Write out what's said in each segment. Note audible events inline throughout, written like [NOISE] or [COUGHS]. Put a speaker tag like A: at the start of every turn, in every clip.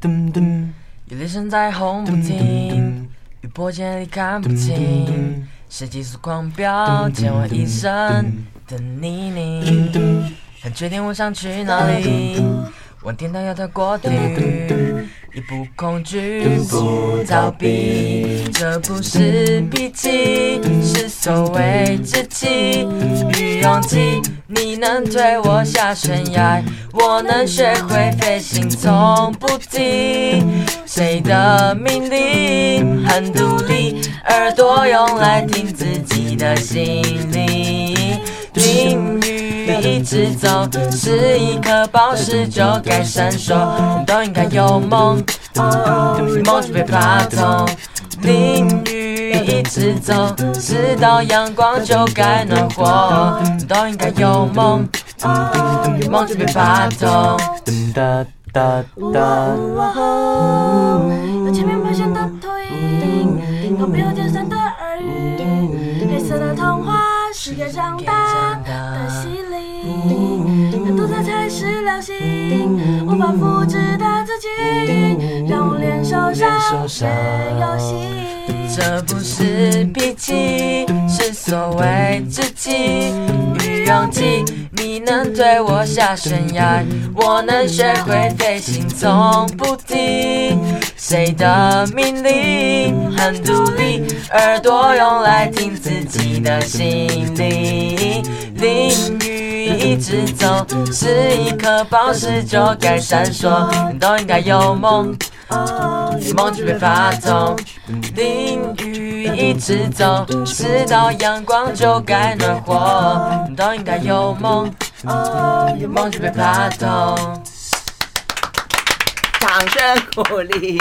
A: 噔噔
B: 有雷声在轰不
A: 噔
B: 停，
A: 噔
B: 雨波间里看不
A: 噔噔
B: 清，
A: 噔，
B: 谁急速狂飙，溅我一身的泥泞。很确定我想去哪里，往天堂要跳过去，也不恐惧，不逃避，这不是脾气，是所谓志气与勇气。你能推我下悬崖，我能学会飞行，从不停。谁的命令很独立，耳朵用来听自己的心灵。听雨一直走，是一颗宝石就该闪烁。人都应该有梦，梦就别怕痛。淋雨一直走，直到阳光就该暖和。人都应该有梦，梦就别怕痛。
A: 噔哒哒哒。
C: 哇吼！有前面冒险的投影，有没有天生的耳语？黑色的童话是该长大的洗礼，很多的才是流行，无法复制的自己，让我联手上是游戏。
B: 这不是脾气，是所谓志气与勇气。你能推我下悬崖，我能学会飞行，从不停。谁的命令很独立，耳朵用来听自己的心灵。淋雨一直走，是一颗宝石就该闪烁。人都应该有梦，梦就别发痛。淋雨一直走，直到阳光就该暖和。人都应该有梦，啊有梦就别怕痛。
D: 掌声鼓励。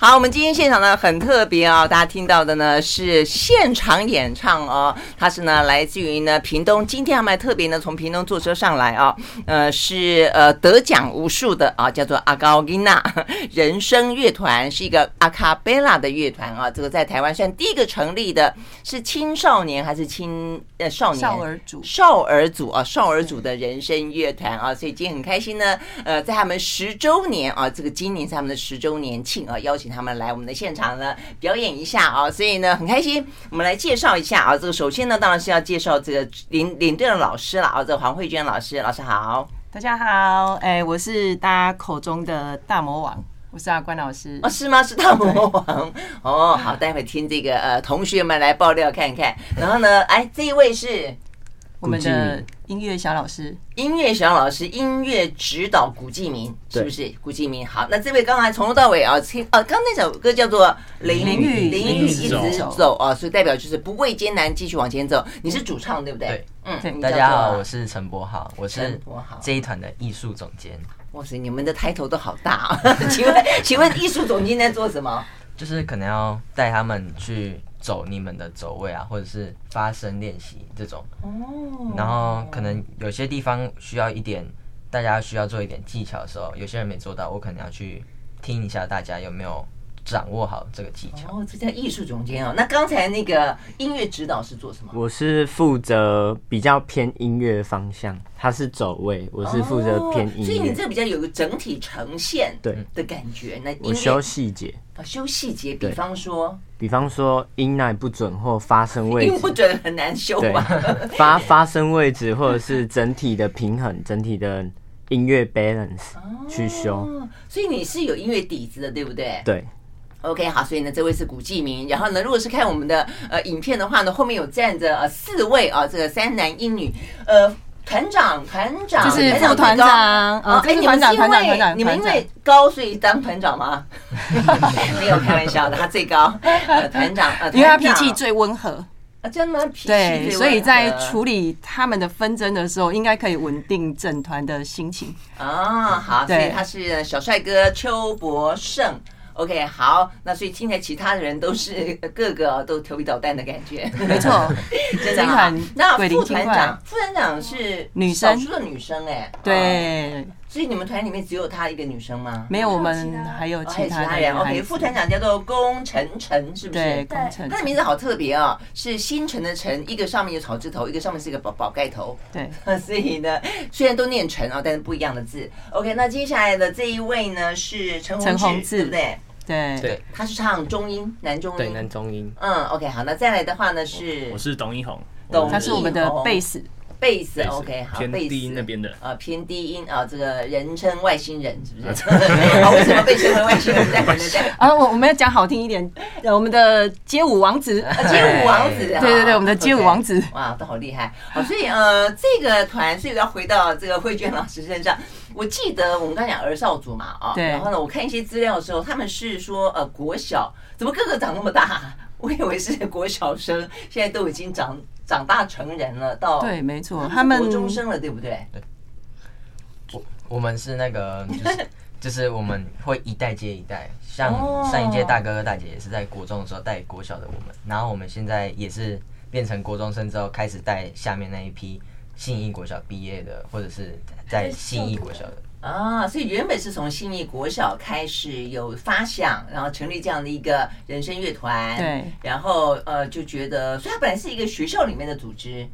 D: 好，我们今天现场呢很特别哦，大家听到的呢是现场演唱哦，它是呢来自于呢屏东，今天还蛮特别呢，从屏东坐车上来哦，呃是呃得奖无数的啊，叫做阿高丽娜人声乐团，是一个阿卡贝拉的乐团啊，这个在台湾算第一个成立的，是青少年还是青呃少年
E: 少儿组
D: 少儿组啊，少儿组的人声乐团啊，所以今天很开心呢。呃，在他们十周年啊，这个今年是他们的十周年庆啊，邀请他们来我们的现场呢表演一下啊，所以呢很开心。我们来介绍一下啊，这个首先呢当然是要介绍这个领领队的老师了啊，这个黄慧娟老师，老师好。
E: 大家好，哎、我是大家口中的大魔王，我是阿关老师
D: 哦，。是吗？是大魔王哦，好，待会听这个呃同学们来爆料看看。然后呢，哎，这一位是
E: 我们的音乐小老师，
D: 音乐小老师，音乐指导古继明，是不是？古继明，好，那这位刚才从头到尾啊，听啊，刚那首歌叫做《淋
E: 淋雨
D: 淋雨
E: 一直
D: 一直
E: 走
D: 走》啊，所以代表就是不畏艰难，继续往前走。你是主唱对不对
B: 对？
E: 对
D: 嗯
B: 大家好，我
D: 是
B: 是陈博豪，我
D: 陈
B: 是
D: 柏豪
B: 这一团的艺术总监，
D: 哇塞，你们的抬头都好大啊！ [LAUGHS] 请
A: [LAUGHS]
D: 问，请问艺术总监在做什么？
B: 就是可能要带他们去走你们的走位啊，或者是发声练习这种。
D: 哦
B: 然后可能有些地方需要一点，大家需要做一点技巧的时候，有些人没做到，我可能要去听一下大家有没有掌握好这个技巧。
D: 哦，这叫艺术总监哦。那刚才那个音乐指导是做什么？
A: 我是负责比较偏音乐方向，他是走位，我是负责偏
D: 哦所以
A: 音
D: 你
A: 乐。
D: 这比较有个整体呈现
A: 对
D: 的感觉。那音
A: 我
D: 乐
A: 修细节，
D: 啊修细节，比
A: 对
D: 方说
A: 比方说音奶不准或发声位
D: 因为不
A: 置，
D: 准很难修
A: 对
D: 吧？
A: 发发声位置或者是整体的平衡、整体的音乐 balance
D: [LAUGHS]
A: 去修。
D: 哦，所以你是有音乐底子的，对不对？
A: 对，
D: OK，好，所以呢，这位是古继明，然后呢，如果是看我们的呃影片的话呢，后面有站着呃四位啊、这个三男一女，呃。团长，团长，
E: 就是
D: 团
E: 副团
D: 最高
E: 长呃
D: 哦，
E: 这
D: 哎，
E: 是
D: 你
E: 团
D: 们
E: 长
D: 是因
E: 团长
D: 为
E: 团长
D: 你们因
E: 团
D: 为高所以当团
E: [LAUGHS]
D: 长吗？没有开玩笑的，他最高，呃团长，呃
E: 因为他
D: 团
E: 脾
D: 长
E: 气最温和，
D: 啊，真的吗脾气
E: 对，
D: 最
E: 所以
D: 温
E: 在
D: 和
E: 处理他们的纷争的时候，应该可以稳定整团的心
D: [LAUGHS]
E: 情。
D: 啊，好，所以
E: 对
D: 他是小帅哥邱博胜。OK，好，那所以听起来其他人都是呃个个都调皮捣蛋的感
E: [LAUGHS]
D: 觉，
E: 没
D: [LAUGHS]
E: 错，
D: 真
E: 这
D: 的
E: 一
D: 哈
E: 款。
D: 那
E: 鬼
D: 副
E: 灵精
D: 团
E: 怪
D: 长，，副团长是
E: 女生
D: 少数的女生哎、
E: 对，
D: 所以你们团里面只有她一个女生吗？
E: 没有，我
C: 还有其他
E: 们还有其
D: 哦还有其
E: 他
D: 他
E: 的
D: 人
E: 人。
D: ，OK，副团长叫做龚晨晨，是不是？
E: 对，
D: 对。
E: 工程
D: 他的名字好特别哦，是星辰的辰，一个上面有草字头，一个上面是一个宝宝盖头。
E: 对，
D: [LAUGHS] 所以呢，虽然都念成啊，但是不一样的字。OK，那接下来的这一位呢是陈
E: 陈
D: 宏
E: 宏
D: 志，
E: 志
D: 对不对？
E: 对
F: 对
D: 他是唱中音，男中音。
A: 对，男中音，
D: 嗯，OK，好，那再来的话呢是
F: 我是董一红，
D: 董
E: 他是我们
D: 哦
E: 的贝斯，
D: 贝斯
F: 贝斯
D: ，OK，好，
F: 偏
D: 贝斯
F: 低音那边的
D: 啊，偏低音啊，这个人称外星人是不是？
F: [LAUGHS]
D: 啊，为什么被称为外星人？待会儿呢待会儿
E: 啊，我我们要讲好听一点，呃我们的街舞王
D: [LAUGHS]
E: 子，
D: 啊街舞王子，
E: 对对对，我们的街舞王
D: 子。
E: 子，
D: 哇，都好厉害！好，所以呃，这个团，所以要回到这个慧娟老师身上。我记得我们刚讲儿少组嘛，啊，
E: 对
D: 然后呢，我看一些资料的时候，他们是说呃国小，怎么个个长那么大？ [LAUGHS] 我以为是国小生，现在都已经长长大成人了，到
E: 对，没错，
D: 哦他
E: 他们
D: 们是国中生了，对不对？
G: 我们是那个，
E: [LAUGHS]
G: 就是就是我们会一代接一代，像
D: 哦
G: 上一届大哥哥大姐也是在国中的时候带国小的我们，然后我们现在也是变成国中生之后开始带下面那一批信义国小毕业的，或者是在信义国小的。
D: 啊，所以原本是从信义国小开始有发想，然后成立这样的一个人生乐团，
E: 对，
D: 然后呃就觉得，所以它本来是一个学校里面的组织，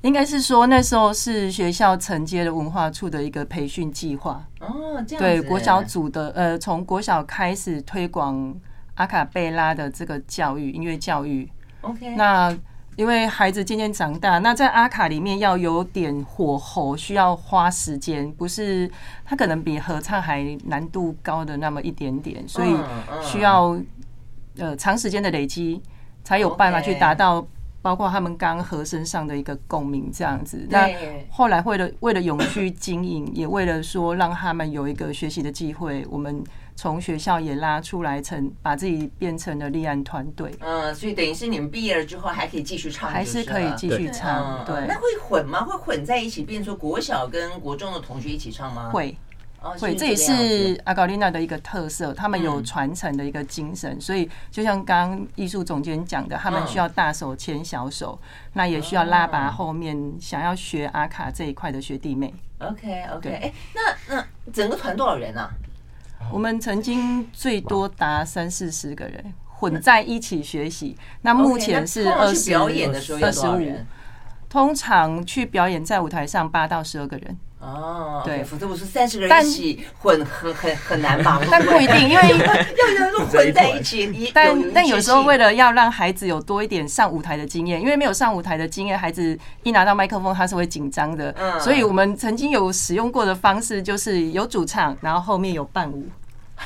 E: 应该是说那时候是学校承接了文化处的一个培训计划，
D: 哦，这样子
E: 对国小组的，呃，从国小开始推广阿卡贝拉的这个教育，音乐教育。
D: ，OK，
E: 那因为孩子渐渐长大，那在阿卡里面要有点火候，需要花时间，不是它可能比合唱还难度高的那么一点点，所以
D: 嗯嗯
E: 需要呃长时间的累积，才有办法去
D: OK
E: 达到。包括他们刚和声上的一个共鸣，这样子。那
D: 对
E: 后来为了为了永续经营， [COUGHS] 也为了说让他们有一个学习的机会，我们从学校也拉出来成，把自己变成了立案团队。
D: 嗯，所以等于是你们毕业了之后还可以继续唱，
E: 还是可以继续唱，对
D: 嗯啊那，会混吗？会混在一起，变成说国小跟国中的同学一起唱吗？，
E: 会
D: 哦，
E: 会，这也
D: 个样子嗯
E: 是阿高丽娜的一个特色，他们有传承的一个精神，所以就像刚刚艺术总监讲的，他们需要大手牵小手，那也需要拉
D: 嗯
E: 拔后面想要学阿卡这一块的学弟妹。
D: OK OK，
E: 对
D: 哎，那那整个团多少人啊？
E: 我们曾经最多达三四十个人混在一起学习，那目
D: OK，
E: 前
D: 那
E: 是
D: 通常
E: 二
D: 去
E: 十
D: 表演的时候要
E: 二
D: 多
E: 十
D: 少
E: 五
D: 人，
E: 通常去表演在舞台上八到十二个人。 [LAUGHS]
D: 哦，
E: 对
D: OK，否则我说三十个人
E: 但
D: 一起混很很很难吧？
E: 但不一定，因为
D: [LAUGHS] 要能够混在一起，一
E: 但但有时候为
D: [LAUGHS] 了
E: 了要让孩子有多一点上舞台的经验，因为没有上舞台的经验，孩子一拿到麦克风他是会紧张的。
D: 嗯
E: 所以我们曾经有使用过的方式就是有主唱，然后后面有伴舞，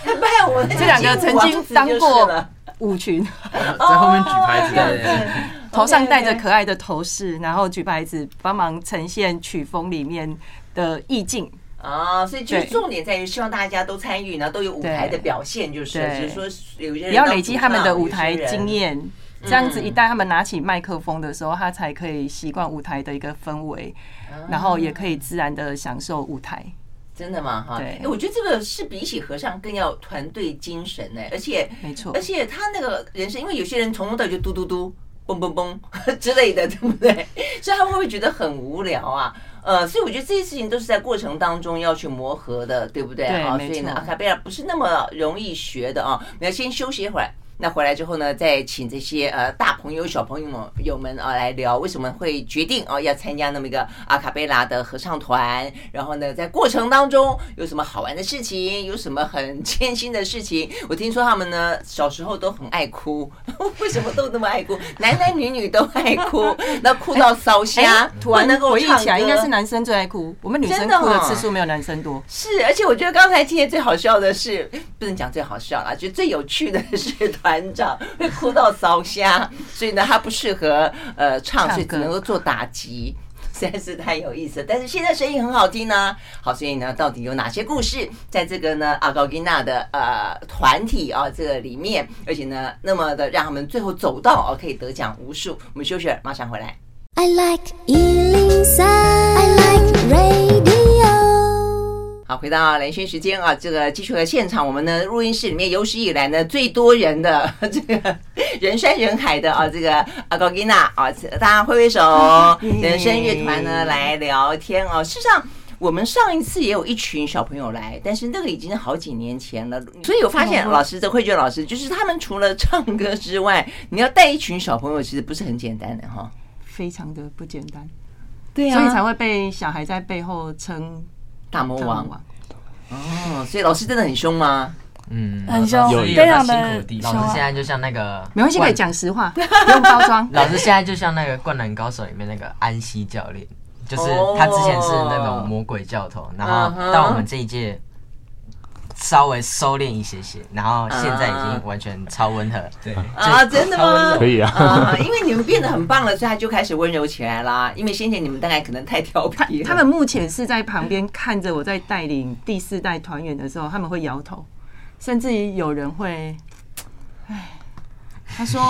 D: 伴我
E: 这两个曾经当过舞群，
F: 在后面举牌哦
E: 哦
F: 子的人，
E: 头上戴着可爱的头饰，然后举牌子帮忙呈现曲风里面的意境。
D: 啊，所以就是
E: 对
D: 重点在于希望大家都参与，然后都有舞台的
E: 对
D: 表现，就是
E: 对
D: 只是说有些人
E: 也要
D: 当
E: 累积
D: 主
E: 他们的
D: 唱
E: 舞台经，验。这样子，一旦他们拿起麦克风的时候，他才可以习惯舞台的一个氛围，
D: 啊
E: 然后也可以自然的享受舞台。
D: 有些人真的吗？哈，
E: 对
D: 哎我觉得这个是比起合唱更要团队精神呢，而且
E: 没错
D: 而且他那个人生，因为有些人从头到尾就嘟嘟嘟、嘣嘣嘣 [LAUGHS] 之类的，对不对？ [LAUGHS] 所以他会不会觉得很无聊啊？呃，所以我觉得这些事情都是在过程当中要去磨合的，对不对
E: 对
D: 啊？所
E: 没
D: 以呢，
E: 错
D: 阿卡贝拉不是那么容易学的啊，你要先休息一会儿。那回来之后呢，再请这些呃大朋友、小朋友们友们啊来聊为什么会决定啊要参加那么一个阿卡贝拉的合唱团，然后呢，在过程当中有什么好玩的事情，有什么很艰辛的事情。我听说他们呢小时候都很爱哭，为什么都那么爱哭？男男女女都爱哭，那哭到烧瞎，
E: 突然
D: 哎不能够
E: 回忆
D: 唱
E: 起来，应
D: 歌
E: 该是男生最爱哭。我们女生
D: 真的
E: 哭的
D: 哦
E: 次数没有男生多。
D: 是，而且我觉得刚才今天最好笑的是，不能讲最好笑啦，觉得最有趣的是团长会哭到烧瞎，所以呢，他不适合呃唱，
E: 唱
D: 所以只
E: 歌
D: 能够做打击。 [LAUGHS] 实在是太有意思了，但是现在声音很好听呢、好，所以呢，到底有哪些故事在这个呢阿高吉娜的呃团体啊这个里面，而且呢，那么的让他们最后走到哦、可以得奖无数。我们休息，马上回来。
H: I like Ealing Sound. I like radio.
D: 好，回到蓝轩时间啊，这个继续和现场，我们呢录音室里面有史以来呢最多人的 [LAUGHS] 这个人山人海的啊，这个阿高吉娜啊，大家挥挥手，人生乐团呢来聊天哦。事实上，我们上一次也有一群小朋友来，但是那个已经好几年前了，所以我发现老师的慧娟老师，就是他们除了唱歌之外，你要带一群小朋友，其实不是很简单的哈。
E: 非常的不简单，
D: 对啊
E: 所以才会被小孩在背后称
D: 大魔
E: 大
D: 王
E: 王。
D: 哦，所以老师真的很凶吗？
F: 嗯，
C: 很凶
F: 有
C: 非常的
F: 有他辛苦的地
G: 老
F: 方
G: 师现在就像那个，
E: 没关系，可以讲实话，不用包装。
G: 老师现在就像那个《灌篮高手》里面那个安西教练，就是他之前是那种魔鬼教头，然后到我们这一届稍微收敛一些些，然后现在已经完全超温和。
F: 对，
D: 啊，真的吗？
I: 可以啊
D: 啊，因为你们变得很棒了，所以他就开始温柔起来啦。因为先前你们大概可能太调
E: 他
D: 皮了，
E: 他们目前是在旁边看着我在带领第四代团员的时候，他们会摇头，甚至于有人会，唉，他说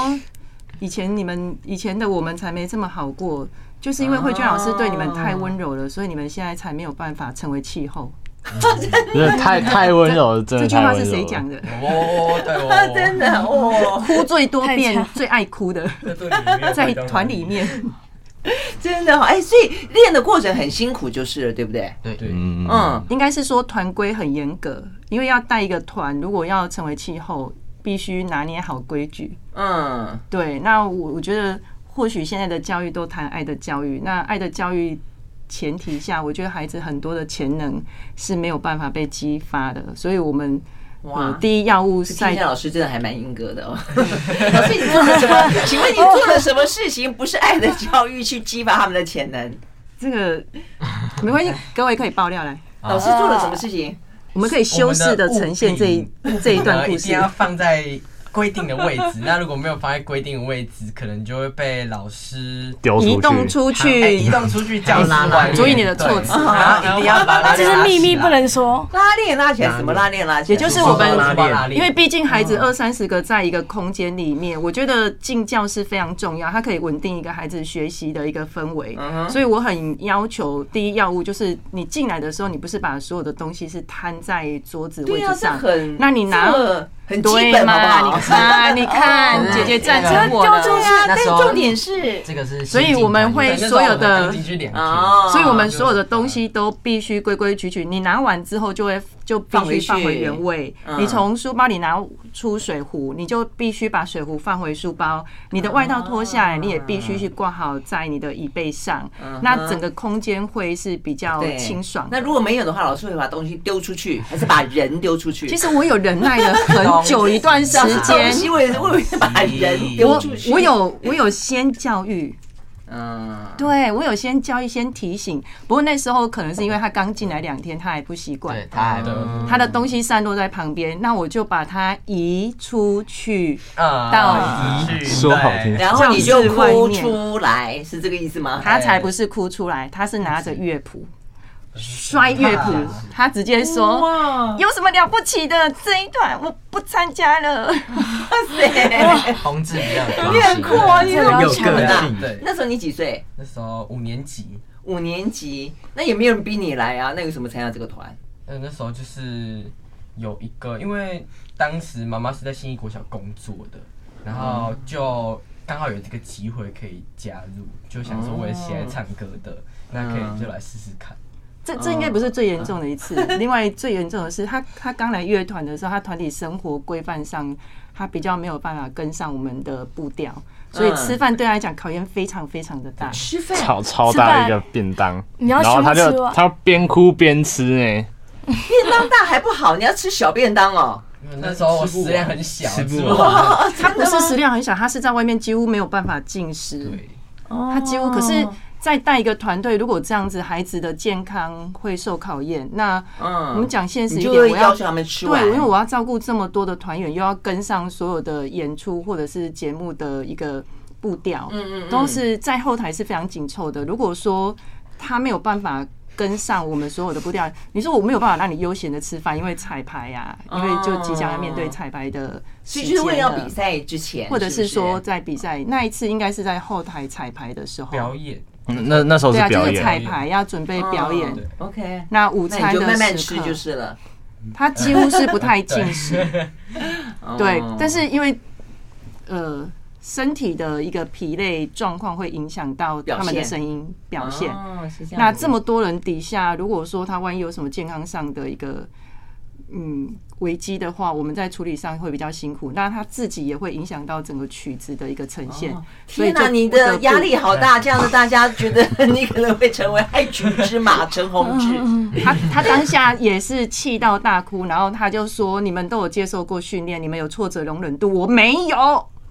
E: 以前你们以前的我们才没这么好过，就是因为慧娟老师对你们太温柔了，所以你们现在才没有办法成为气候。
I: 真的太太温柔了，真
E: 这
I: 的
E: 句
I: 太温
E: 话
I: 柔
E: 是
I: 了。
E: 谁讲的？
G: 哦，对哦，
D: 真的哦，
E: 哭最多
C: 太
E: 遍
C: 强、
E: 最爱哭的，在
F: 在
E: 团里面。
D: 真的哦，哎，所以练的过程很辛苦就是了，对不对？
G: 对，
I: 嗯
D: 嗯，
E: 应该是说团规很严格，因为要带一个团，如果要成为气候，必须拿捏好规矩。
D: 嗯，
E: 对，那我我觉得或许现在的教育都谈爱的教育，那爱的教育前提下，我觉得孩子很多的潜能是没有办法被激发的，所以我们呃
D: 哇。
E: 第一要务是
D: 夏
E: 在
D: 老师真的还蛮严格
E: [LAUGHS]
D: 的哦。老师，你做了什么？请问你做了什么事情不是爱的教育去激发他们的潜能？
E: 这个没关系，各位可以爆料来，
D: 老师做了什么事情？
E: 我们可以修饰的呈现这一这一段故
G: 一
E: 事
G: 定。要放在规定的位置，那如果没有放在规定的位置，可能就会被老师。
I: 丢出去，
E: 移动出
G: 哎
E: 去
G: 移，动出去教室
E: 拉
G: 外面，
E: 注意你的措辞
G: 对然后一定要把它
C: 这是
G: 拉
C: 秘密
G: 起来
C: 不能说，
D: 拉链拉起来，什么拉链拉起来？
E: 也就是我们
G: 拉链拉
E: 因
G: 链
E: 为毕竟孩
G: 嗯
E: 子二三十个在一个空间里面，我觉得进教是非常重要，它可以稳定一个孩子学习的一个氛围。
D: 嗯
E: 所以我很要求第一要务就是你进来的时候，你不是把所有的东西是摊在桌子位
D: 对啊，
E: 置
D: 这
E: 上，
D: 很，
E: 那你拿
D: 这很基
E: 对
D: 本好
E: 嘛？
D: 不
E: 你
D: 好？
E: 看，你看，
G: 哦
E: 姐姐赞
G: 这
E: 成我
D: 丢
E: 了。
D: 出去啊！
G: 那
D: 但
G: 时候
D: 重点是
G: 这个是，
E: 所以我们会所有的
G: 进去两天
D: 哦，
E: 所以，我们所有的东西都必须规规矩矩。你拿完之后，就会就必须放回原位。
D: 嗯
E: 你从书包里拿出水壶，你就必须把水壶放回书包。你的外套脱下来，你也必须去挂好在你的椅背上。那整个空间会是比较
D: 嗯对
E: 清爽的。
D: 那如果没有的话，老师会把东西丢出去，还是把人丢出去？
E: 其实我有忍耐了很久一段时
D: 东
E: 间，
D: 西我也是，我以为是把人丢
E: 我
D: 出去。
E: 我有我有先教育。
D: 嗯，
E: 对，我有先教育，先提醒。不过那时候可能是因为他刚进来两天，他还不习惯。
G: 对，他还不
E: 他的东西散落在旁边，那我就把它移出去。
G: 呃
E: 到
G: 去
I: 说好听
D: 然后你
E: 教
D: 就
E: 室外
D: 哭
E: 面
D: 出来，是这个意思吗？
E: 他才不是哭出来，他是拿着乐谱摔乐谱，他直接说
D: 哇
E: 有什么了不起的？这一段我不参加
D: [LAUGHS]
E: 了。
D: 塞，
G: 红字比较
D: 你很酷
E: 啊
D: 哦，你
C: 这个
D: 很
F: 有
C: 要
F: 个
C: 抢
D: 的
F: 性，
G: 对，
D: [LAUGHS] 那时候你几岁？
G: 那时候五年级，
D: 五年级，那也没有人逼你来啊，那有什么参加这个团？
G: 呃，那时候就是有一个，因为当时妈妈是在新义国小工作的，然后就刚好有这个机会可以加入，就想说我也喜欢唱歌的，那可以就来试试看。
E: 这这应该不是最严重的一次，
D: 嗯
E: 另外最严重的是他他刚来乐团的时候，他团体生活规范上他比较没有办法跟上我们的步调，所以
D: 嗯
E: 吃饭对他来讲考验非常非常的大。
D: 吃饭
I: 超超大一个便当，
C: 你要
I: 然后他
C: 全部吃
I: 就
C: 完
I: 他边哭边吃呢，
D: 便当大还不好，你要吃小便当哦。
G: 因为那时候我食量很小，
F: 吃不
G: 吃不
F: 完
G: 完。
D: 哦，
E: 他不是食量很小，他是在外面几乎没有办法进食。
G: [LAUGHS] 对，
E: 他几乎可是
D: 哦
E: 再带一个团队，如果这样子，孩子的健康会受考验。那我们
D: 嗯，
E: 讲现实
D: 你
E: 一
D: 就
E: 点，
D: 会
E: 我
D: 要
E: 要
D: 求他们吃完。
E: 对，因为我要照顾这么多的团员，又要跟上所有的演出或者是节目的一个步调，
D: 嗯嗯
E: 都是在后台是非常紧凑的。如果说他没有办法。跟上我们所有的步调，你说我没有办法让你悠闲的吃饭，因为彩排呀、因为就即将要面对彩排的时
D: 哦所以
E: 间
D: 就是为了要
E: 了
D: 比赛之前，
E: 或者
D: 是
E: 是
D: 不
E: 说在比赛那一次，应该是在后台彩排的时候，
G: 表 [LAUGHS] 演
I: 嗯那那时候
E: 对
I: 是
E: 啊，就
I: 表
E: 是彩
I: 演，
E: 排要准备表演。
D: 嗯 OK，
E: 那午
D: 那
E: 餐
D: 你
E: 的
D: 就慢
E: 时
D: 慢吃
E: 刻
D: 就是了。
E: 他
D: [LAUGHS]
E: 几乎是不太进食，对
D: 哦。
E: 但是因为呃，身体的一个疲累状况会影响到他们的
D: 表现
E: 声音表现。
D: 哦，是这样。
E: 那这么多人底下，如果说他万一有什么健康上的一个嗯危机的话，我们在处理上会比较辛苦。那他自己也会影响到整个曲子的一个呈现。所以
D: 天哪、
E: 就
D: 你
E: 不得
D: 的
E: 不 [LAUGHS]
D: 压力好大，这样子大家觉得 [LAUGHS] 你可能会成为爱菊之马陈宏
E: 嗯
D: 志。
E: 他他当下也是气到大哭，然后他就说：“你们都有接受过训练，你们有挫折容忍度，我没有。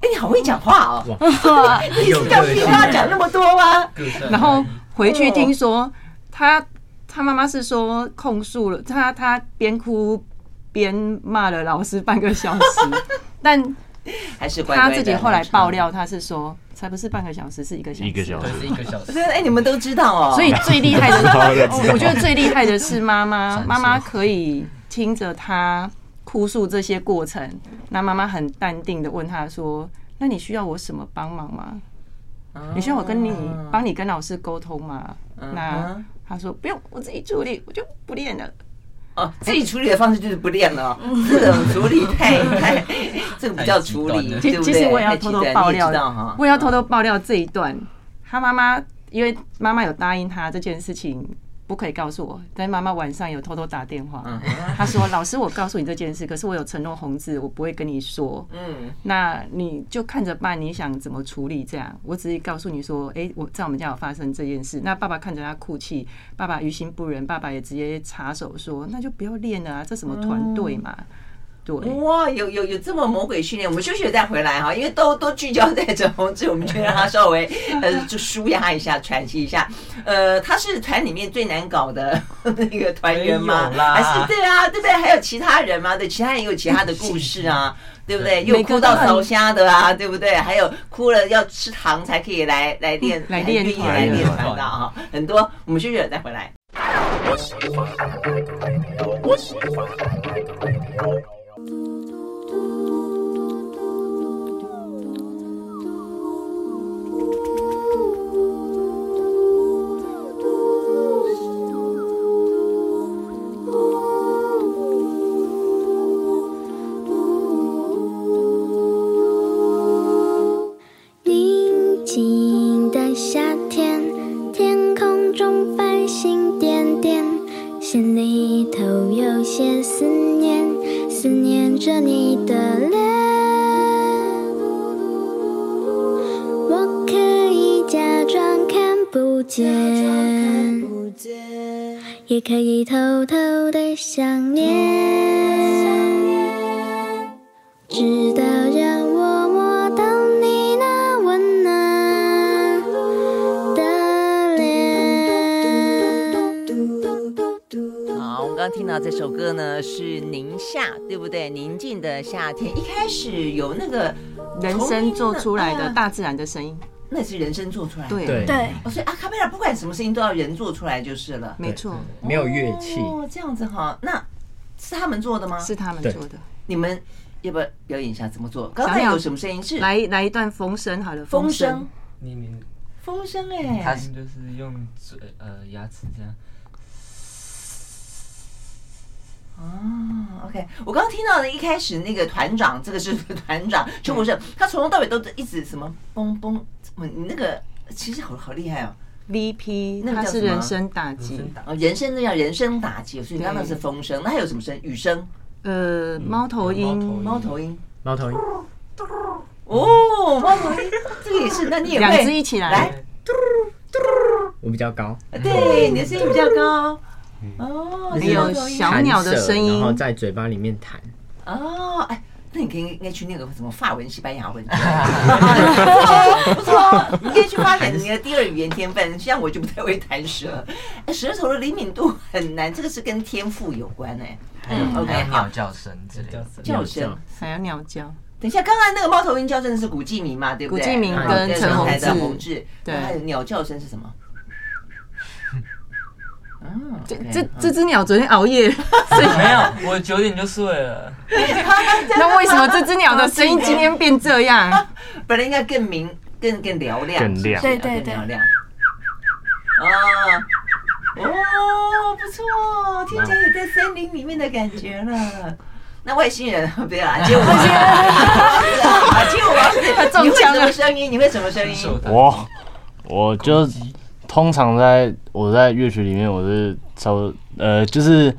D: 哎、你好会讲话哦！ [LAUGHS]
F: 你有
D: 要听他讲那么多 [LAUGHS] 吗？
F: 个
G: [LAUGHS]
F: 性”
E: 然后回去听说他他妈妈是说控诉了他，他边哭边骂了老师半个小
D: [LAUGHS]
E: 时，但
D: 还是乖乖
E: 他
D: 地
E: 自己后来爆料，他是说才不是半个小时，是一个小时。
I: 一个小
F: 对
I: 时，
F: 是一个小时
D: 真，的。哎、你们都知道哦。
E: 所以最厉害的是
I: [LAUGHS] 了，
E: 哦我觉得最厉害的是妈妈，
F: 说
E: 妈妈可以听着他哭诉这些过程，那妈妈很淡定的问他说：“那你需要我什么帮忙吗？你需要我跟你
D: 哦
E: 帮你跟老师沟通吗？”那
D: 哼
E: 他说：“不用，我自己处理，我就不练了。
D: 哦，自己处理的方式就是不练了哦，这种处理太太，这个不叫处理，
F: 太
E: 其
D: 对”不
E: 其
D: 对？
E: 实我也要偷偷爆料
D: 太极端你也知道哈，
E: 我也要偷偷爆料这一段。他妈妈因为妈妈有答应他这件事情。不可以告诉我，但妈妈晚上有偷偷打电话，
D: 嗯
E: 她说：“老师，我告诉你这件事，可是我有承诺红字，我不会跟你说。
D: 嗯，
E: 那你就看着办，你想怎么处理这样？我只是告诉你说，诶，我在我们家有发生这件事。那爸爸看着他哭泣，爸爸于心不忍，爸爸也直接插手说，那就不要练了啊，这什么团队嘛？
D: 嗯
E: 对，
D: 哇，有有有这么魔鬼训练，我们休息了再回来哈，因为都都聚焦在整红志，我们就让他稍微呃就舒压一下，喘息一下。呃，他是团里面最难搞的那个团员吗？
F: 没有啦
D: 还是对啊，对不对？还有其他人吗？对，其他人也有其他的故事啊。对不对？
E: 对
D: 有哭到烧瞎的啊，对不对？还有哭了要吃糖才可以来来练，
E: 来练
D: 愿意
E: 团
D: 来练
F: 团
D: 团的啊，很多。我们休息了再回来。
H: 宁静的夏天，天空中繁星点点，心里头有些思念，思念着你的脸。我可以假装看不见，也可以偷偷的想念。直到让我摸到你那温暖的脸。
D: 好，我们刚刚听到这首歌呢是宁夏，对不对？宁静的夏天，一开始有那个
E: 人声做出来的
D: 啊
E: 大自然的声音，
D: 那是人声做出来的，
E: 对，
A: 对，
C: 对，
D: 哦。所以阿卡贝拉不管什么声音都要人做出来就是了，
E: 没错，
D: 嗯
A: 没有乐器，
D: 哦，这样子哈。那是他们做的吗？
E: 是他们
A: 对
E: 做的。
D: 你们要不要表演一下怎么做？刚才
E: 想想
D: 有什么声音
E: [LAUGHS]
D: 是
E: 来来一段风声好了，
D: 风
E: 声
D: 声，，
F: 你们
D: 风声
F: 他
D: 哎，
F: 就是用嘴呃牙齿这样，
D: 哦，OK，我刚刚听到的，一开始那个团长，这个是团长邱国胜，他从头到尾都一直什么嘣嘣，我你那个其实好好厉害哦。
E: VP，
D: 那个
E: 它
D: 叫
E: 是
D: 什么
E: 人声打击。
D: 哦，人声那叫人声打击，所以刚刚
E: 对
D: 是风声，那还有什么声？雨声、
E: 呃，猫头鹰，
D: 猫头鹰。
A: 猫头鹰，
D: 哦，猫头鹰，这个也是，那你也会
E: 嗯两只一起来
D: 哎来？
A: 我比较高，
D: 对，你的声音比较高。哦，
A: 还
D: 是猫
E: 嗯有
D: 头鹰
E: 小鸟的声
A: 弹
E: 音
A: 舌然，后在嘴巴里面弹，
D: 哦，哎。那你可以应该去那个什么法文、西班牙
E: [LAUGHS]
D: 文，不错不错，你可以去发展你的第二语言天分。像我就不太会弹舌，哎舌头的灵敏度很难，这个是跟天赋有关哎。嗯
G: 还
D: ，OK，
G: 有
D: 好
G: 鸟，叫声之类的。
D: 叫声。
E: 还有鸟叫，
D: 等一下，刚才那个猫头鹰叫声是古继明嘛，对不对？
E: 古继明
D: 嗯
A: 跟
D: 对
A: 陈
D: 刚才
E: 宏
D: 的
E: 志
D: 宏志，
E: 对
D: 然后还有鸟叫声是
E: [LAUGHS]
D: 什么？嗯，
E: 这
D: OK，
E: 这
D: 嗯
E: 这只鸟昨天熬夜，所以
F: 没有，我九点就睡了。
E: 那为什么这只鸟
D: 哦
E: 的声音今天变这
D: [LAUGHS] 啊
E: 样？
D: [LAUGHS] 本来应该更明、更更嘹亮，
I: 更亮
D: 是不是
C: 对对对
D: 更嘹亮。啊，哦，不错，听起来有在森林里面的感觉了。那外星人 [LAUGHS] 不要啊，接
E: [LAUGHS]
D: 我啊，接我啊！你会什么声音？你会什么声音？
F: 受打击
I: 我我就通常在我在乐曲里面，我是稍呃就是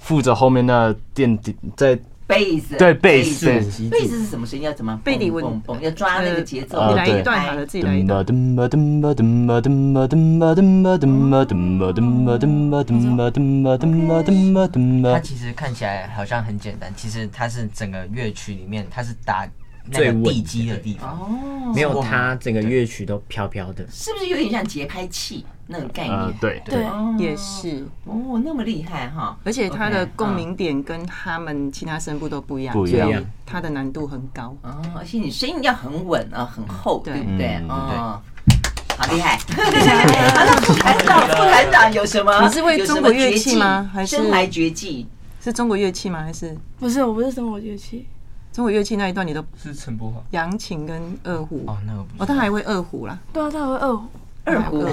I: 负责后面那垫底在
D: 贝斯
I: 对贝斯贝斯
D: 贝斯是什么声音？要怎么
E: 贝里文
D: 蹦蹦蹦要抓那个节奏。
I: 呃
E: 你来一
I: 对
E: 段好了，自己来一
I: 噔
E: 段
I: 吧。噔吧噔吧噔吧噔吧噔吧噔吧噔吧噔吧噔吧噔吧噔吧噔吧噔吧噔吧噔
G: 它
I: 吧，
G: 其实看起来好像很简单，其实它是整个乐曲里面，它是打那
A: 最
G: 个
A: 稳
G: 地基的地方。
D: 哦，
A: 没有它整个乐曲都飘飘的。
D: 是不是有点像节拍器那种概
I: 呃
D: 念？
I: 对，
C: 对，
D: 哦
E: 也是，
D: 哦，那么厉害哈！
E: 而且它的
D: OK，
E: 共
D: 嗯
E: 鸣点跟他们其他声部都不一样，
I: 不一样
E: 所以它的难度很高。
D: 哦，而且你声音要很稳啊，很厚，
E: 对
D: 对不对？
I: 嗯
D: 哦，好
E: [LAUGHS]
D: 厉害！好，那副团长，副团长有什么？
E: 你是会
D: 有什么
E: 中国乐
D: 绝
E: 器
D: 技
E: 吗还是
D: 身怀绝技？
E: 是中国乐器吗？还是
C: 不是，我不是生活乐器，
E: 中国乐器那一段你都
F: 是陈柏华，
E: 扬琴跟二胡？
G: 哦，那个不
E: 哦，他还会二胡啦。
C: 对啊，他还会二胡，
E: [LAUGHS]
D: 二胡，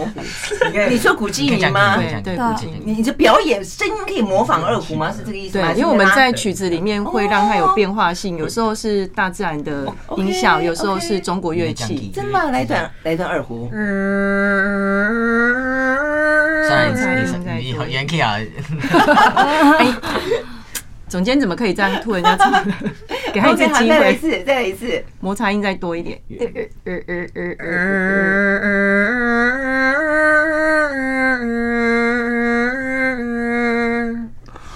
D: 你说古
G: 你
D: 迹
G: 可以
D: 云
G: 讲
D: 吗
G: 你？可以讲
E: 对
G: 你可以
C: 对
G: 讲
D: 你的表演声音可以模仿二胡吗？是这个意思
E: 对
D: 吗？，
E: 因为我们
D: 是吗
E: 在曲子里面会让它有变化性，有时候是大自然的音效，
D: 哦 OK，
E: 有时候是中国乐
G: 你可以
E: 器。
G: 讲
D: 真的吗来一段来一段二胡，
G: 上一次你你好 Yankee 啊，
E: 总监怎么可以这样吐人家槽？
D: [LAUGHS]
E: 给他一
D: OK，
E: 次
D: 好，
E: 机
D: 再来一
E: 会，
D: 次，再来一次。
E: 摩擦音再多一点。
D: 呃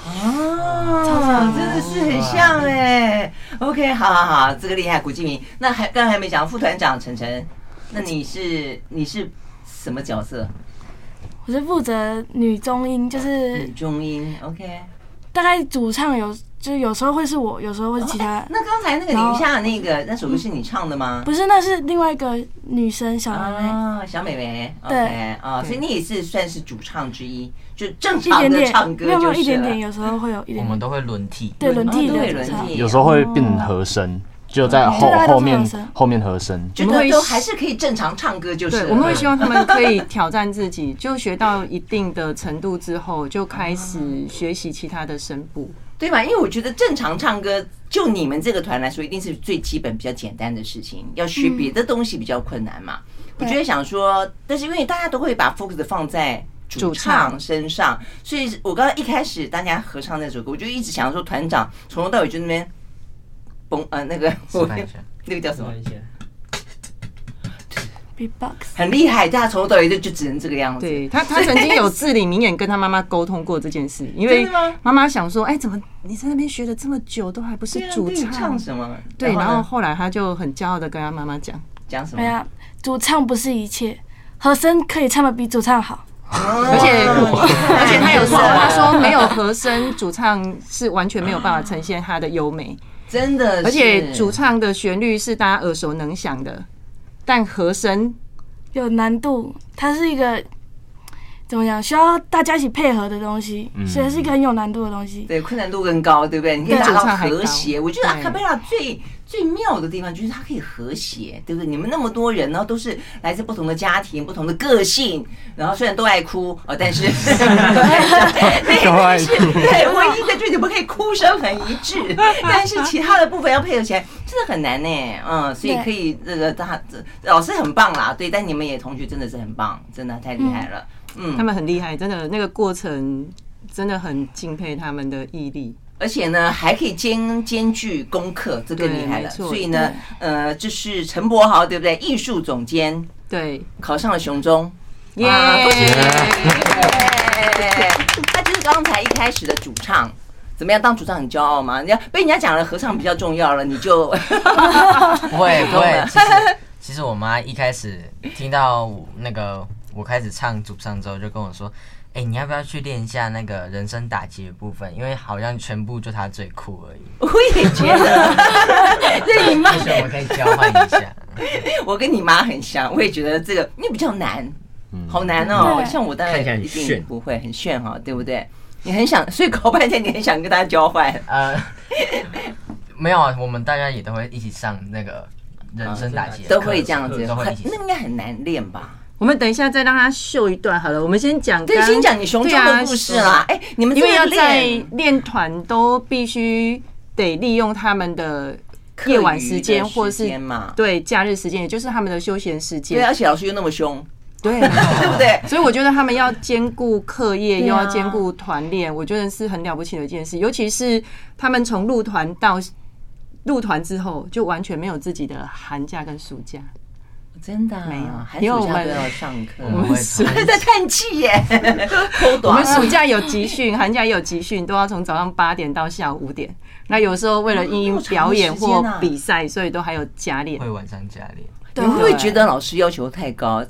D: 哦，真的是很像哎。OK，好好好，这个厉害，古继明。那还刚才还没讲副团长晨晨，那你是你是什么角色？
C: 我是负责女中音，就是
D: 女中音，OK。
C: 大概主唱有，就是有时候会是我，有时候会是其他
D: [LAUGHS]
C: 人。
D: 那刚才那个宁夏那个那首歌是你唱的吗？
C: 不是，那是另外一个女生小妹妹，
D: 啊，小美眉
C: 嗯对
D: ，OK 啊，所以你也是算是主唱之一，就正
C: 一
D: 常
C: 点
D: 的
C: 点
D: 唱，歌
C: 没有没有
D: 就
C: 一
D: 是啊
C: 点点，
D: 了。
C: 有时候会有一
G: 我
C: 点
G: 们
C: 点，
G: 都会轮替。
C: 对轮替
D: 哦对
C: 的
D: 轮
C: 主唱
D: 替，
I: 有时候会变和声，就在后
C: 对
I: 后面后面和声。
D: 觉
E: 我们
D: 得
E: 会
D: 都还是可以正常唱歌就是
E: 对，
D: 了。
E: 我们会希望他们可以挑战自己，就学到一定的程度之后，就开始学习其他的声部。
D: 对吧？因为我觉得正常唱歌，就你们这个团来说，一定是最基本、比较简单的事情。要学别的东西比较困难嘛。
E: 嗯
D: 我觉得想说，但是因为大家都会把 focus 放在主
E: 主唱
D: 唱身上，所以我刚刚一开始大家合唱那首歌，我就一直想说，团长从头到尾就那边嘣呃那个
G: 示范一下
D: 那个叫什么
F: 等，一下，
C: B-box，
D: 很厉害，大家从头到尾就就只能哦这个样子。
E: 对他，他曾
D: [LAUGHS]
E: 经有至理名言跟他妈妈沟通过这件事，因为
D: 真的吗
E: 妈妈想说，哎，怎么你在那边学了这么久，都还不是
D: 对啊，
E: 主
D: 对
E: 唱
D: 唱？什么？
E: 对，然后
D: 呢
E: 后来他就很骄傲的跟他妈妈讲，
D: 讲什
C: 哎
D: 么？
C: 呀，主唱不是一切，和声可以唱的比主唱好，
E: 而且而且他有说，
D: 哇
E: 他说没有和声，主唱是完全没有办法呈现他的优美，
D: 真的是，
E: 而且主唱的旋律是大家耳熟能详的，但和声
C: 有难度，它是一个怎么讲，需要大家一起配合的东西，
D: 嗯
C: 所以是一个很有难度的东西。
D: 对，困难度更高，对不对？你可以
E: 对
D: 达
E: 主
D: 到
E: 唱还
D: 和
E: 高
D: 谐。我觉得阿
E: 对
D: 卡贝拉最最妙的地方就是它可以和谐，对不对？你们那么多人呢，然后都是来自不同的家庭、不同的个性，然后虽然都爱哭啊、呃
E: [LAUGHS]
D: 但是
I: 都爱
D: 但是
I: 哭
D: 对唯一的就是你们可以哭声很一致，但是其他的部分要配合起来真的很难呢。嗯，所以
C: 对
D: 可以那个大这老师很棒啦，对，但你们也同学真的是很棒，真的太厉害了。嗯，
E: 他们很厉害，真的那个过程真的很敬佩他们的毅力。
D: 而且呢，还可以兼兼具功课，这更
E: 对
D: 厉害了。
E: 没错
D: 所以呢，呃，这是陈柏豪，对不对？艺术总监
E: 对，
D: 考上了雄中，
E: 耶、
D: 哇恭喜那就是刚才一开始的主唱。怎么样？当主唱很骄傲吗？人家被人家讲了，合唱比较重要了，你就
G: [LAUGHS] 不会不会，其实其实我妈一开始听到我那个我开始唱主唱之后，就跟我说：“哎、你要不要去练一下那个人声打击的部分？因为好像全部就她最酷而已。
D: [LAUGHS] 我也觉
G: [LAUGHS]
D: 得，这你妈
G: 或许我们可以交换一下。
D: 我跟你妈很像，我也觉得这个因为比较难，好难哦。
C: 对
D: 像我当然
A: 看起来
D: 一
A: 很
D: 定
A: 炫
D: 不会很炫哈、对不对？你很想，所以搞半天你很想跟他交换。
G: 呃，没有，啊，我们大家也都会一起上那个人声打击的课，
D: 都会这样子，
G: 都会
D: 很
G: 一起
D: 那
G: 上。
D: 应该很难练吧？
E: 我们等一下再让他秀一段好了。我们先讲刚，
D: 对，先
E: 啊
D: 啊讲你雄中的故事啦。哎，你们
E: 对啊，因为要
D: 真的
E: 在
D: 练
E: 练团都必须得得利用他们的
D: 课
E: 夜晚
D: 余
E: 时
D: 的
E: 间或
D: 时
E: 是
D: 间嘛，
E: 对假日时间，也就是他们的休闲时
D: 对，啊
E: 间
D: 而。且老师又那么凶，
E: 对，没错
D: [LAUGHS] 对不啊对？
E: 所以我觉得他们要兼顾课业，又
C: 对啊
E: 要兼顾团练，我觉得是很了不起的一件事。尤其是他们从入团到入团之后，就完全没有自己的寒假跟暑假。
D: 真的啊
E: 没有
D: 寒
E: 因为
D: 暑
E: 我
D: 假
E: 们
D: 都要上课，
E: 我
G: 嗯
E: 们暑
D: 还 [LAUGHS] 在叹气耶，抠
E: 我
D: 短
E: 们暑假有集
D: [LAUGHS]
E: 训，寒假也有集训，都要从早上八点到下午五点。那有时候为了因应表演或
D: 啊
E: 比赛，所以都还有加练
F: 会。晚上加练。
D: 你会不会觉得老师要求太高？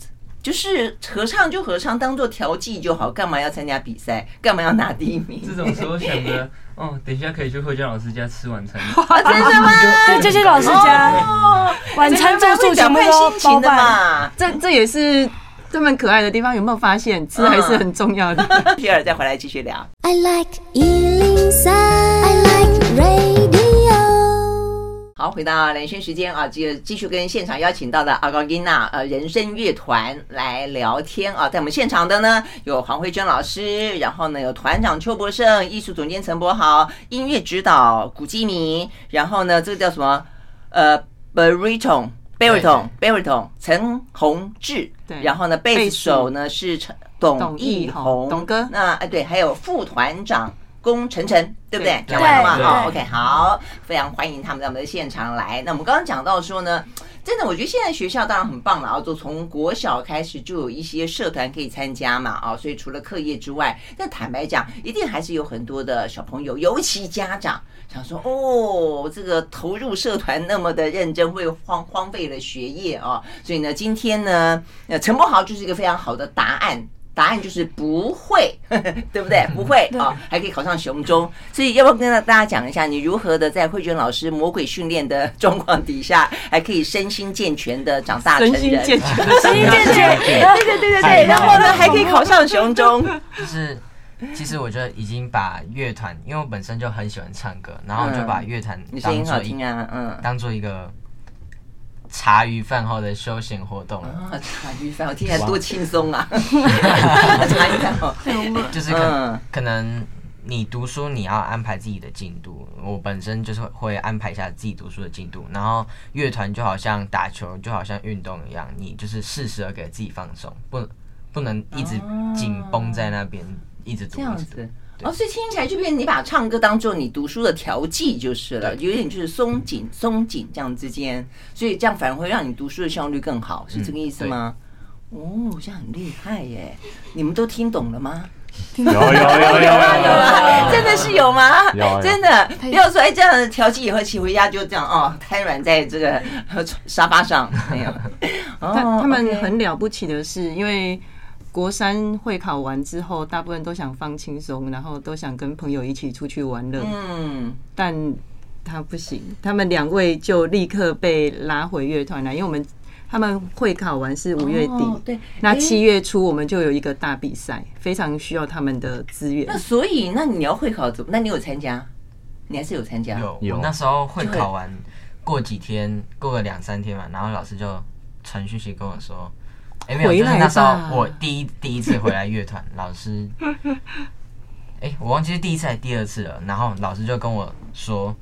D: 就是合唱就合唱，当做调剂就好，干嘛要参加比赛？干嘛要拿第一名？
F: 这种时候想着，哦，等一下可以去慧娟老师家吃晚餐。
D: 真的吗？
J: 对，这些老师家
D: 哦，
J: 晚餐住宿全部
D: 会
J: 都
D: 心情
J: 包
D: 的
J: 办。
D: 嘛。
E: 这这也是他们可爱的地方，有没有发现？吃还是很重要的。
D: [LAUGHS] 第二再回来继续聊。
H: I like 103. I like radio.
D: 好，回到人生时间啊，继继续跟现场邀请到的阿高金娜呃人生乐团来聊天啊，在我们现场的呢有黄慧娟老师，然后呢有团长邱博胜，艺术总监陈柏豪，音乐指导古基明，然后呢这个叫什么呃 Bariton。Bariton Bariton 陈宏志，
E: 对
D: 然后呢，贝
E: 贝
D: 斯
E: 斯
D: 手呢是陈董
E: 董
D: 义
E: 奕
D: 宏，
E: 宏董哥
D: 那哎对，还有副团长龚晨晨，对不对？
E: 对
D: 讲完了吗？
F: 对
C: 对
D: 好，OK，好，非常欢迎他们到我们的现场来。那我们刚刚讲到说呢，真的，我觉得现在学校当然很棒了啊，就从国小开始就有一些社团可以参加嘛啊，所以除了课业之外，但坦白讲，一定还是有很多的小朋友，尤其家长想说，哦，这个投入社团那么的认真，会荒荒废了学业啊，所以呢，今天呢，呃，陈柏豪就是一个非常好的答案。答案就是不会，对不对？不会啊、还可以考上雄中。所以要不要跟大家讲一下，你如何的在慧娟老师魔鬼训练的状况底下，还可以身心健全的长大成
E: 身
D: 人？
E: 心健全的
D: 身心健全，对对对对对。然后呢，还可以考上雄中。
G: 就是其实我觉得已经把乐团，因为我本身就很喜欢唱歌，然后我就把乐团
D: 嗯你声
G: 当
D: 音好
G: 做一
D: 听啊，嗯。
G: 当做一个茶余饭后的休闲活动了，
D: 啊，茶余饭后听起来多轻
E: [LAUGHS]
D: 松啊！茶余饭哦后，
E: 哎
G: 就是可
D: 嗯，
G: 可能你读书你要安排自己的进度，我本身就是会安排一下自己读书的进度，然后乐团就好像打球，就好像运动一样，你就是适时的给自己放松，不不能一直紧
D: 哦
G: 绷在那边，一直读
D: 这样
G: 一直
D: 子
G: 读。。对
D: 哦，所以听起来就变成你把唱歌当做你读书的调剂就是了，有点就是松紧松紧这样之间，所以这样反而会让你读书的效率更好，是这个意思吗？哦，这样很厉害耶！你们都听懂
E: [LAUGHS]
D: 了吗？
I: 有有有有
E: 哎
I: 有，
D: 真的是有吗？
I: 有有
D: 真的不要说哎，这样调剂以后，骑回家就这样哦，瘫软在这个 [LAUGHS] 呃沙发上没有。哦
E: 但他们
D: OK
E: 很了不起的是，因为国三会考完之后，大部分都想放轻松，然后都想跟朋友一起出去玩乐，
D: 嗯，
E: 但他不行，他们两位就立刻被拉回乐团来，因为我们他们会考完是五月底，
D: 哦对，
E: 那
D: 诶
E: 七月初我们就有一个大比赛，非常需要他们的资源
D: 那。所以那你要会考怎么？那你有参加？你还是有参加？
G: 有，
I: 有
G: 我那时候会考完，过几天，过个两三天嘛，然后老师就传讯息跟我说，哎、没有，
E: 回
G: 就是
E: 来
G: 那时
E: 吧
G: 候我第一第一次回来乐团，老师， [LAUGHS] 哎、我忘记是第一次还是第二次了，然后老师就跟我说。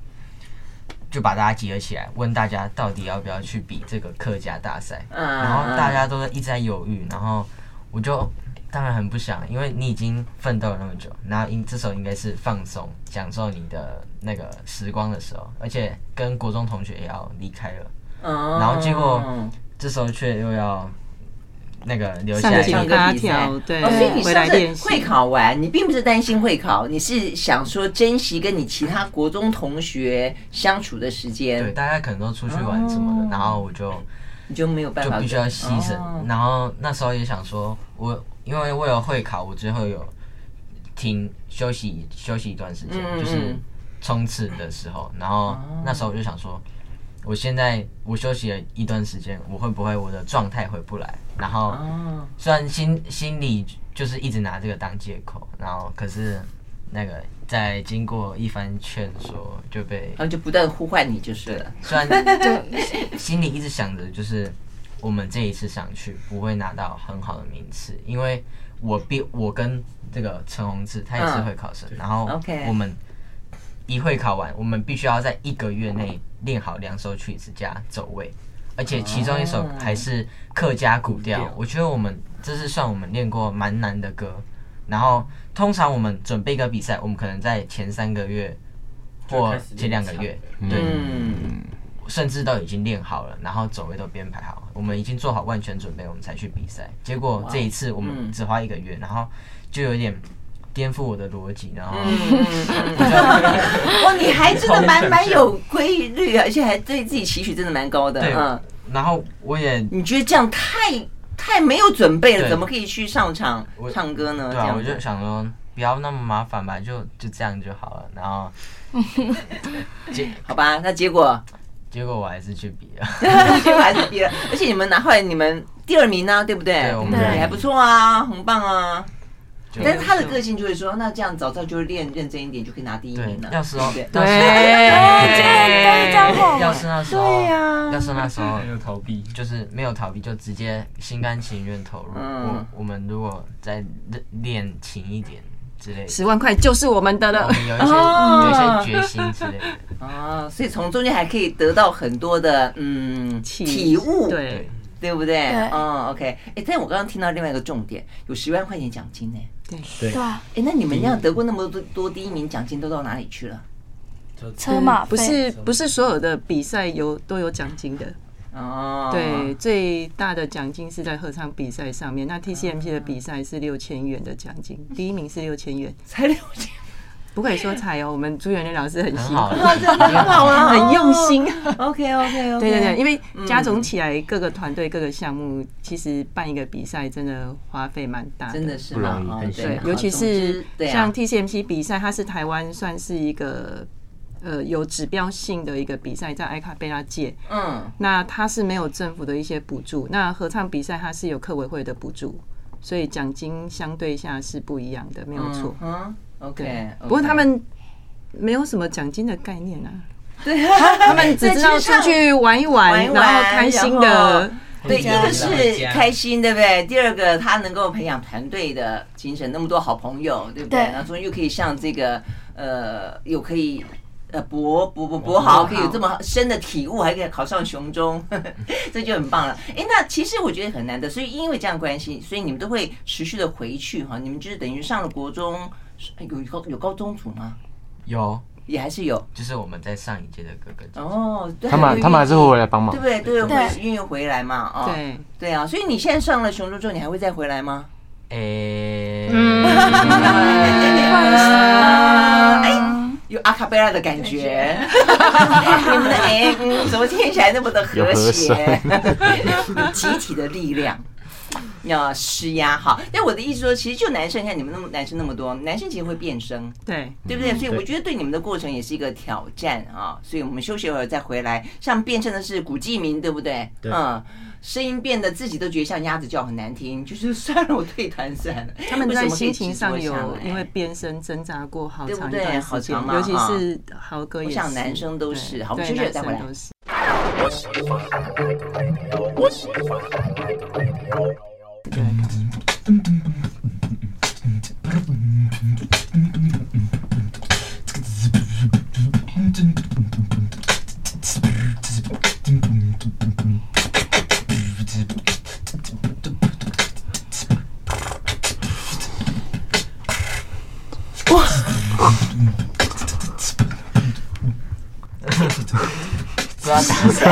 G: 就把大家集合起来，问大家到底要不要去比这个客家大赛，
D: 嗯
G: 然后大家都在一直在犹豫，然后我就当然很不想，因为你已经奋斗了那么久，然后应这时候应该是放松、享受你的那个时光的时候，而且跟国中同学也要离开了，
D: 哦
G: 然后结果这时候却又要那个留下
E: 上
G: 来
E: 节
D: 唱
E: 课
D: 歌
E: 八
D: 比赛
E: 条，对
D: 哦，所以你，
E: 回
D: 上
E: 来练
D: 次
E: 习。
D: 会考完，你并不是担心会考，你是想说珍惜跟你其他国中同学相处的时
G: 对，
D: 间，
G: 大家可能都出去玩什么的，然后我就
D: 你就没有办
G: 就
D: 法
G: 必须要牺牲。
D: 哦
G: 然后那时候也想说，我因为为了会考，我之后有停休息休息一段时间，
D: 嗯
G: 就是
D: 嗯
G: 冲刺的时候。然后那时候我就想说，我现在我休息了一段时间，我会不会我的状态回不来？然后
D: 哦，
G: 虽然心心里就是一直拿这个当借口，然后可是那个在经过一番劝说，就被
D: 然后就不断呼唤你就是了。
G: 虽然就心里一直想着，就是我们这一次上去不会拿到很好的名次，因为我比我跟这个陈宏志他也是会考生，然后
D: OK
G: 我们一会考完，我们必须要在一个月内练好两首曲子加走位，而且其中一首还是客家古调。我觉得我们这是算我们练过蛮难的歌。然后通常我们准备一个比赛，我们可能在前三个月或前两个月，对，
D: 嗯
G: 甚至都已经练好了，然后走位都编排好，我们已经做好万全准备，我们才去比赛。结果这一次我
D: 嗯
G: 们只花一个月，然后就有点颠覆我的逻辑，然后
D: 嗯
G: [LAUGHS]
D: 哦，你还真的蛮蛮有规律，而且还对自己期许真的蛮高的。
G: 对
D: 嗯，
G: 然后我也
D: 你觉得这样太太没有准备了，
G: 对
D: 怎么可以去上场唱歌呢？呃这
G: 对啊，我
D: 样
G: 就
D: 子，
G: 想说不要那么麻烦吧，就就这样就好了。然后
D: 好吧？那结果 [LAUGHS]
G: 结果我还是去比了，
D: 结果还是比了，而且你们拿后来你们第二名呢，对不对？
G: 对我们
D: 你
G: 对
D: 还不错啊，很棒啊。
G: 就
D: 但是他的个性就会说，那这样早知道就练认真一点，就可以拿第一
G: 对
D: 名了，。
G: 要是哦，
D: 对
G: 要是
J: 对，这样晃
G: 要是那时候，
D: 呀
G: 要是那时候
F: [LAUGHS] 没有逃避，
G: 就是没有逃避，就直接心甘情愿投入。
D: 嗯
G: 我我们如果再练练勤一点之类的，
E: 十万块就是我们
D: 嗯
E: 的
G: 我
E: [LAUGHS] 了。
G: 们哦有一
D: 哦
G: 些有一些决心之类的。
D: [LAUGHS] 啊，所以从中间还可以得到很多的嗯
E: 体
D: 体悟，
E: 对，
D: 对不对？嗯，OK。哎，但我刚刚听到另外一个重点，有十万块钱奖金呢。
J: 对啊，
D: 哎，那你们要得过那么多多第一名奖金，都到哪里去了？
J: 车马
E: 不
J: 费
E: 是不是所有的比赛有都有奖金的。
D: 哦，
E: 对，，最大的奖金是在合唱比赛上面。那 TCMC 的比赛是六千元的奖金，第一名是六千元。
D: 才 [LAUGHS] 六千，
E: 不可以说才哦，我们朱元任老师很辛苦
G: 很好，，真的
D: 哦很好哦啊，
E: [LAUGHS] 很用
D: [LAUGHS]
E: 心。
D: OK OK OK，
E: 对对对，因为加总起来各个团队、各个项目，其实办一个比赛真的花费蛮大
D: 真的是
A: 不容易
D: 嘛哦
A: 很辛
E: 对
A: 苦，
E: 尤其是
D: 对啊
E: 像 TCMC 比赛，它是台湾算是一个呃有指标性的一个比赛，在埃卡贝拉界。
D: 嗯，
E: 那它是没有政府的一些补助，那合唱比赛它是有客委会的补助，所以奖金相对下是不一样的，没有错。
D: 嗯，OK。
E: 不过他们没有什么奖金的概念啊。对，他们只知道出去玩一玩，
D: [LAUGHS] 玩一玩
E: 然后开心的，
I: 嗯
D: 对，一个
F: 回
D: 是
F: 家
D: 开心，对不对？第二个，他能够培养团队的精神，那么多好朋友，对不对？
J: 对
D: 然后终于又可以像这个呃，又可以呃博博博博豪，可以有这么深的体悟，还可以考上雄中， [LAUGHS] 呵呵这就很棒了。哎，那其实我觉得很难得，所以因为这样关系，所以你们都会持续的回去哈。你们就是等于上了国中，有高有高中组吗？
G: 有，
D: 也还是有
G: 就是我们在上一届的哥哥姐姐。
D: 哦，对
I: 他们他们还是会回来帮忙
D: 对不。对？对，
J: 对
D: 会愿意回来嘛？哦，
E: 对，
D: 对啊，所以你现在上了雄中之后，你还会再回来 [LAUGHS] 吗？
G: 诶，
D: 嗯
C: 啊
D: 哎，有阿卡贝拉的感觉， [LAUGHS] 你们的哎，嗯怎么听起来那么的和谐？有 [LAUGHS] 集体的力量。要施压好，但我的意思说，其实就男生，你看你们那么男生那么多，男生其实会变声，
E: 对，
D: 对不对？所以我
A: 对
D: 觉得对你们的过程也是一个挑战啊。所以我们休息一会儿再回来。像变声的是古继明，对不对？
A: 对
D: 嗯，声音变得自己都觉得像鸭子叫很难听，就是算了，我退团算了。
E: 他们
D: 为什
E: 在
D: 么可以
E: 心情
D: 执着
E: 上有
D: 下来
E: 因 [LAUGHS] 为变声挣扎过好
D: 对不
E: 长一
D: 对
E: 段
D: 好
E: 时间
D: 长，嘛
E: 尤其
D: 啊
E: 是豪哥也是，
D: 我想男生都
E: 对
D: 是好我们
E: 对
D: 休息了
E: 男
D: 再
E: 生
D: 回来
E: 都是。
G: 不知道打谁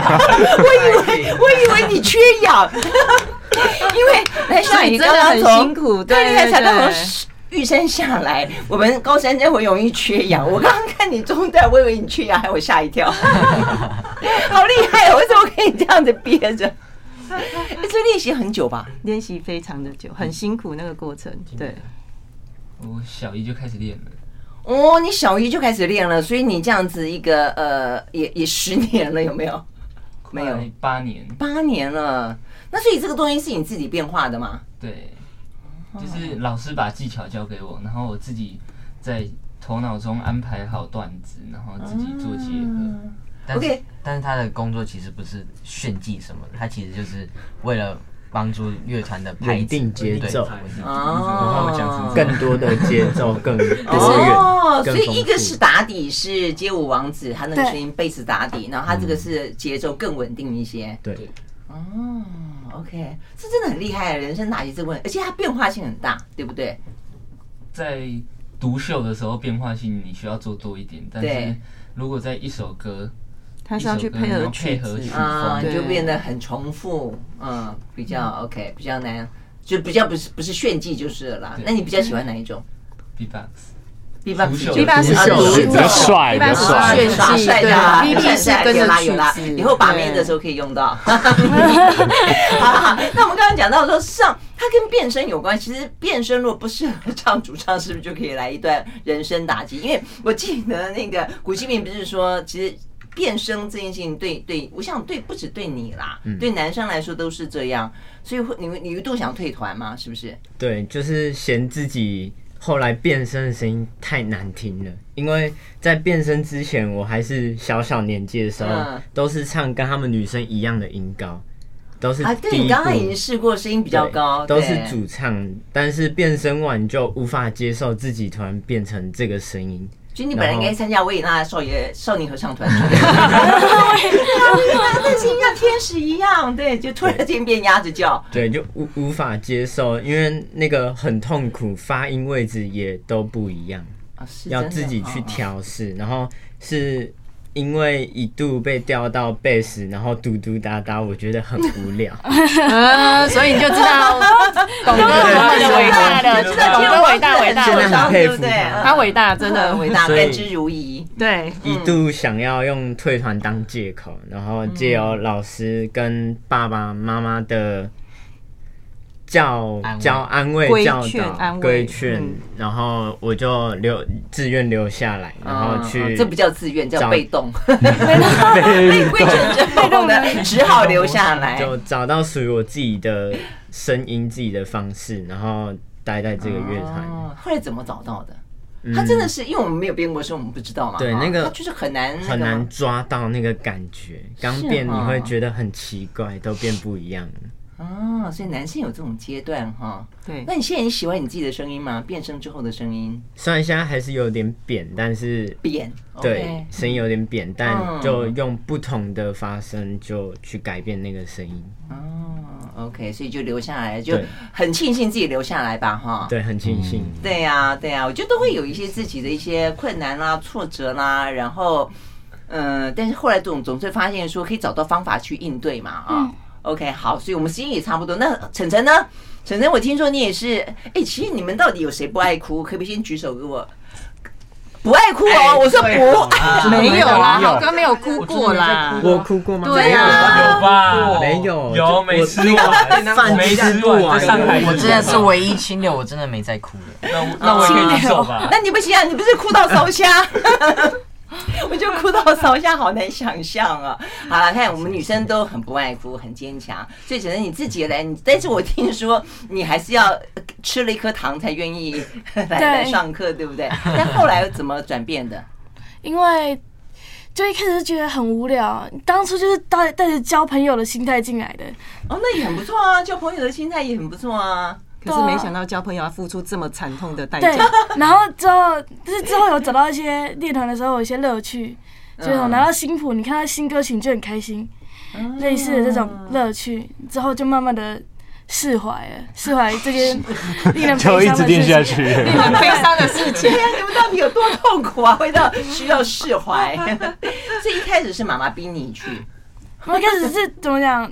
D: 我以为你缺氧， [LAUGHS] 因 [LAUGHS] 为来
E: 那
D: 像
E: 你
D: 你
E: 真
D: 刚
E: 的
D: 刚
E: 很
D: 从
E: 辛苦，对
D: 你看
E: 对
D: 才刚从
E: 对。
D: 玉山下来，我们高山真会容易缺氧。我刚刚看你中断，我以为你缺氧，害我吓一
E: [LAUGHS]
D: 跳，好厉害！我怎么可以这样子憋着？哎这练习很久吧？
E: 练习非常的久，很辛苦那个过程。对，
F: 我小一就开始练了，
D: 哦，你小一就开始练了，所以你这样子一个呃，也也十年了，有没有？没有
F: 快八年，
D: 八年了。那所以这个东西是你自己变化的吗？
F: 对，就是老师把技巧教给我，然后我自己在头脑中安排好段子，然后自己
D: 嗯
F: 做结合。
G: 但是
D: OK
G: 但是他的工作其实不是炫技什么的，他其实就是为了帮助乐团的拍
A: 稳定节奏，
F: 然后讲什
D: 哦
F: 么
A: 更多的节奏，更多
D: 哦
A: 元，，
D: 所
A: 更
D: 以一个
A: 丰
D: 是
A: 富。
D: 打底是街舞王子，他那个
J: 对
D: 声音贝斯打底，然后他这个是节奏更稳定一些。
A: 对，
D: 哦，OK，这真的很厉害，人生打击这问，而且它变化性很大，对不对？
F: 在独秀的时候变化性你需要做多一点，但
D: 对
F: 是如果在一首歌，
E: 他是要去配合曲
F: 一首
E: 子
F: 歌你要配合曲，
D: 啊，
E: 对
D: 你就变得很重复，嗯，比较 OK，比较难，就比较不是不是炫技就是了啦。
F: 对
D: 那你比较喜欢哪一种
F: B-box，
D: b b o
F: 独秀
D: b
F: 比
D: b o
F: 较
E: B-box
A: 是
E: 是
I: 比较帅，比较帅
D: 啊，
E: 比较
D: 炫。耍帅的啊，
E: 对
D: 有
E: ，BB 是跟着
D: 有啦有
E: 曲
D: 啦，
E: 子
D: 以后把妹的时候可以
E: [LAUGHS]
D: 用到。好好，好那我们刚刚讲到说，上它跟变声有关，其实变声如果不适合唱主唱，是不是就可以来一段人声打击？因为我记得那个古希明不是说，其实。变声这件事情
E: 嗯
D: 对对，我想对不止对你啦，对男生来说都是这样，所以会你你一度想退团吗？是不是？
A: 对，就是嫌自己后来变声的声音太难听了，因为在变声之前，我还是小小年纪的时候，
D: 嗯
A: 都是唱跟他们女生一样的音高，都是
D: 啊，
A: 低
D: 对
A: 音
D: 你刚刚已经试过，声音比较高，
A: 对都是
D: 对
A: 主唱，但是变声完就无法接受自己突然变成这个声音，
D: 其实你本来应该参加维也纳少爷少年合唱团，但是像天使一样，对，就突然间变鸭子叫。
A: 对，就无无法接受，因为那个很痛苦，发音位置也都不一样，
D: 啊是
A: [LAUGHS] 要
D: 真的
A: 自己去
D: 哦
A: 调试，然后是。因为一度被调到贝斯，然后嘟嘟哒哒，我觉得很无聊。
E: 嗯，所以你就知
D: [LAUGHS]
E: 道董哥多么的伟大的，
D: 知
E: 董
D: 道
E: 哥伟大伟
A: 现
E: 大，
A: 在很佩服
D: 对不对
A: 他
E: 他伟大，真的
D: 很伟大，
A: 所以
D: 甘之如饴。
E: 对。
A: 一度想要用退团当借口，然后借由老师跟爸爸妈妈的教
F: 安慰
A: 教安慰、
E: 规
A: 教
E: 劝安
A: 导、
E: 慰
A: 规劝
E: 嗯，
A: 然后我就留自愿留下来，然后
D: 嗯嗯
A: 去
D: 这不叫自愿，叫
A: 找
D: 被动，被规劝之后呢，只好留下来。
A: 就找到属于我自己的声音、自己的方式，然后待在这个乐团。
D: 哦后来怎么找到的？
A: 嗯
D: 他真的是因为我们没有编过，所以我们不知道嘛。
A: 对
D: 哈
A: 那个
D: 他就是很难，
A: 很难。抓到那个感觉，刚变你
D: 哦
A: 会觉得很奇怪，都变不一样了。
D: 哦，所以男生有这种阶段哈。
E: 对
D: 那你现在你喜欢你自己的声音吗？变声之后的声音
A: 虽然现在还是有点扁，但是
D: 变
A: 对
D: OK，
A: 声音有点扁，但
D: 嗯
A: 就用不同的发声就去改变那个声音，
D: 哦，OK，所以就留下来，就
A: 对
D: 很庆幸自己留下来吧，哈。
A: 对，很庆幸。
D: 对呀、对呀、我觉得都会有一些自己的一些困难啦、挫折啦，然后，嗯、但是后来总总是发现说可以找到方法去应对嘛，啊、OK，好，所以我们时间也差不多。那晨晨呢？晨晨，我听说你也是，哎，其实你们到底有谁不爱哭？可不可以先举手给我？不爱哭
A: 哎
D: 哦，我说不，
E: 没有啦，
I: 没有
E: 豪哥没有哭过啦。
A: 我有哭过吗？
E: 对啊
F: 有吧？
A: 没有
F: 有
A: 我
F: 没吃完，
A: 饭
F: 没吃
A: 吃完
F: 完，在上海
G: 我
F: 就
G: 真的是唯一清流，我真的没在哭的。
F: 那我那我也可以举手吧？
D: 那你不行啊，你不是哭到烧瞎？ [LAUGHS] 我就哭到烧瞎，好难想象啊！好了，看我们女生都很不爱哭，很坚强，所以只能你自己来。你但是我听说你还是要呃吃了一颗糖才愿 [LAUGHS] 意来来上课，对不对？但后来怎么转变的？
J: 因为就一开始就觉得很无聊，当初就是带带着交朋友的心态进来
I: [LAUGHS]
J: 的，
D: [LAUGHS] 哦，那也很不错啊，交朋友的心态也很不错啊。
E: 可是没想到交朋友要付出这么惨痛的代
J: 对
E: 价。，
J: 然后之后就是之后有找到一些练团的时候有一些乐趣，就是
I: 嗯
J: 我拿到新谱，你看到新歌曲你就很开心，类似的这种乐趣，之后就慢慢的释怀了，释怀
I: [LAUGHS]
J: 这件令人
I: 就
J: 悲
I: 一
J: 伤
I: 直
J: 的
I: 练下
J: 事情。
I: 去。
E: 悲伤的事情，
D: 对呀、你们到底有多痛苦啊？会到需要释 [LAUGHS] 怀。所以一开始是妈妈逼你去，
J: [LAUGHS] 我一开始是怎么讲？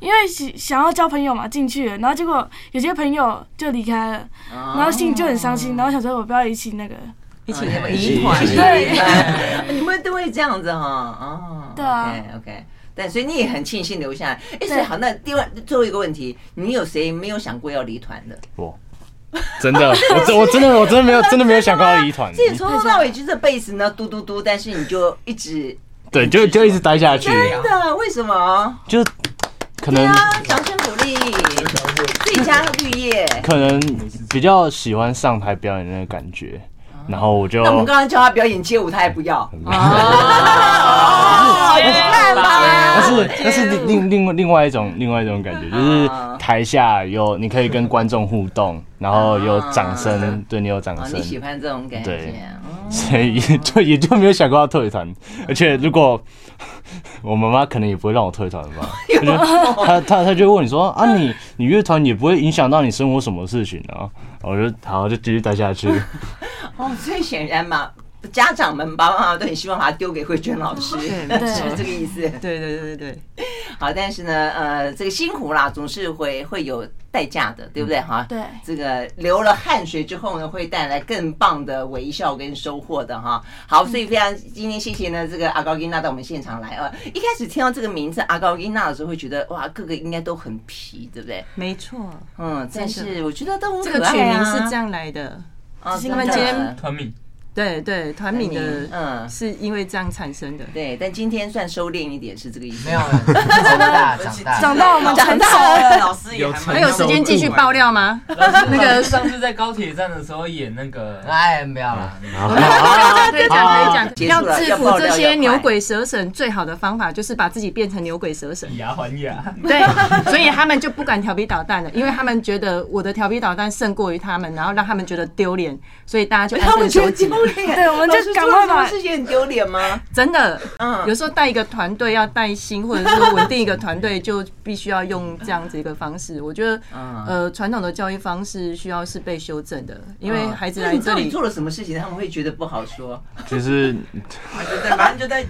J: 因为想想要交朋友嘛，进去了，然后结果有些朋友就离开了，然后心里就很伤心，然后想说我不要一起那个，
E: 一起
I: 哎
D: 离团， [LAUGHS] 对，你们都会这样子哈，哦，
J: 对啊
D: ，OK，但所以你也很庆幸留下来。哎，所以好，那另外最后一个问题，你有谁没有想过要离团的？
I: 我真的，我真我真
D: [LAUGHS]
I: 的我真的没有真的没有想过要离团，
D: 啊自己从头到尾就是贝斯呢，嘟嘟嘟，但是你就一直
I: 对，就就一直待下去，
D: 真
I: 啊
D: 的为什么？
I: 就可
D: 啊对
I: 能
D: 啊，掌声鼓励，最佳绿叶。
I: 可能比较喜欢上台表演的那个感觉，然后我就
D: 啊那我
I: 哦
D: 们刚刚叫他表演街舞，他还不要，
I: [LAUGHS] 没有
D: 哦好烂吧？
I: 那是那是另另另外一种另外一种感
D: 啊
I: 觉，就是台下有你可以跟观众互动，然后有掌声，对你有掌
D: 哦，
I: 声
D: 你，喜欢这种感觉
I: 对
D: 啊？
I: 所以就也 [LAUGHS] 就没有想过要退团。而且如果我妈妈可能也不会让我退团吧，她就她她她就问你说啊你你乐团也不会影响到你生活什么事情啊，我就好就继续待下去。
D: 哦，所以显然嘛，家长们爸爸妈妈都很希望把它丢给慧娟老师，是
E: 对
D: 不 [LAUGHS] 是这个意思？
E: 对对对对对。
D: 好，但是呢，呃，这个辛苦啦，总是会会有代价的，对不对？
E: 嗯
D: 哈，
J: 对
D: 这个流了汗水之后呢，会带来更棒的微笑跟收获的哈。
E: 嗯
D: 好，所以非常今天谢谢呢，这个阿高金娜到我们现场来啊。一开始听到这个名字阿高金娜的时候，会觉得哇，各个应该都很皮，对不对？
E: 没错，
D: 嗯，但是我觉得都很
E: 这个
D: 可
E: 取
D: 爱
E: 名
D: 啊。
E: 是这样来的。
D: 哦，
E: 是因为
D: 真的
E: 今天
F: 团名
E: 对对，团名
D: 团名嗯
E: 的，是因为这样产生的。
D: 对，但今天算收敛一点，是这个意思。
G: 没有，长大长大，
J: 长到我们成熟
D: 大
J: 了，
G: 老师也还
E: 还
G: 蛮
E: 有时间继续爆料吗？
F: 那个上次在高铁站的时候演那个，
G: [LAUGHS] 哎，不要了，
E: 可以讲可以讲，
D: 结束
E: 要
D: 了
E: 制
D: 要爆
E: 服
D: 料
E: 这
D: 要快
E: 些牛鬼蛇神，最好的方法就是把自己变成牛鬼蛇神
F: 以。牙还牙，
E: 对，所以他们就不敢调皮捣蛋了，因为他们觉得我的调皮捣蛋胜过于他们，然后让他们觉得丢脸，所以大家就
D: 他
E: 安分
D: 们觉
E: 守
D: 得
E: 己。
D: 丢脸，
J: 对我们就
D: 老师
J: 赶快
D: 做了
J: 把
D: 什么事情很丢脸吗？
E: 真的，
D: 嗯
E: 有时候带一个团队要带新，或者是说稳定一个团队，就必须要用这样子一个方式。我觉得
D: 嗯，
E: 呃，传统的教育方式需要是被修正的，因为孩子
D: 那
E: 来
D: 你
E: 哎这
D: 到底
E: 里，
D: 做了什么事情，他们会觉得不好说？
I: 就是
G: 对，反正
E: [LAUGHS]
G: 就在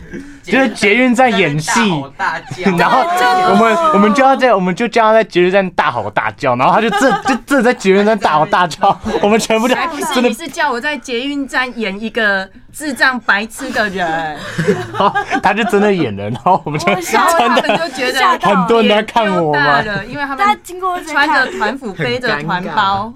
I: 就是捷运站演戏，
G: 大叫
I: 然后我们我们就要在我们就叫他在捷运站大吼大叫，然后他就这就这在捷运站大吼大叫，我们全部就
E: 还不是
I: 真的
E: 你是叫我在捷运站演一个智障白痴的
D: [LAUGHS]
E: 人，
I: 他就真的演了，然后我们就
E: 然后
I: 真
E: 他们
I: 的
E: 就觉得
J: 吓到
I: 很多人在看我
E: 别丢大
I: 们，
E: 了，因为他
J: 大家
E: 们
J: 经过会直接
E: 穿
J: 看
E: 着，团服，背着团包，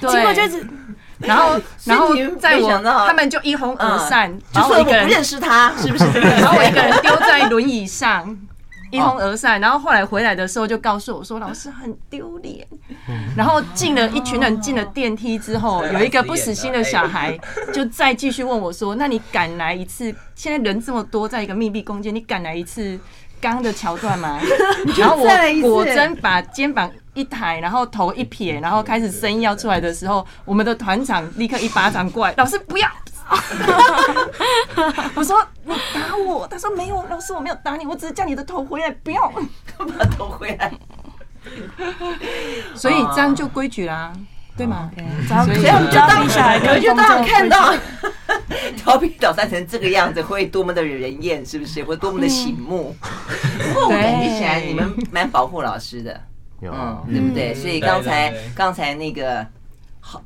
J: 经过
E: 对，
J: 就只
E: [LAUGHS] 然后然后
D: 所以你们
E: 在
D: 没
E: 我
D: 想到嗯
E: 他们就一哄而散，
D: 就
E: 然后
D: 说
E: 我
D: 我
E: 一
D: 不
E: 个人
D: 认识他，是不
E: [LAUGHS]
D: 是？哦
E: 然后我一个人丢在轮椅上，一哄而散。然后后来回来的时候就告诉我说，老师很丢脸。然后进了一群人进了电梯之后，有一个不死
D: 哎
E: 心的小孩就再继续问我说：“那你敢来一次？现在人这么多，在一个密闭空间，你敢来一次刚刚的桥段 [LAUGHS] 吗？”然后
D: 再来一
E: 我果
D: 次
E: 真把肩膀。一抬，然后头一撇，然后开始声音要出来的时候，我们的团长立刻一巴掌过来，老师 [LAUGHS] 不要，我说你打我，他说没有，老师我没有打你，我只是叫你的头回来，不要。
D: 把头
E: [LAUGHS]
D: 回来。
E: 所以这样就规矩啦，对吗？
J: 所以我们就当小孩
D: 我
J: 跟
D: 就
J: 风
D: 当
J: 筝
D: 然看到 [LAUGHS] 调皮捣蛋成这个样子，会多么的惹人厌，是不是？会多么的醒
E: [LAUGHS]
D: 目。不过我感觉起来你们蛮保护老师的，
I: 有啊
D: 嗯，对不对？所以刚才
F: 对对对
D: 刚才那个。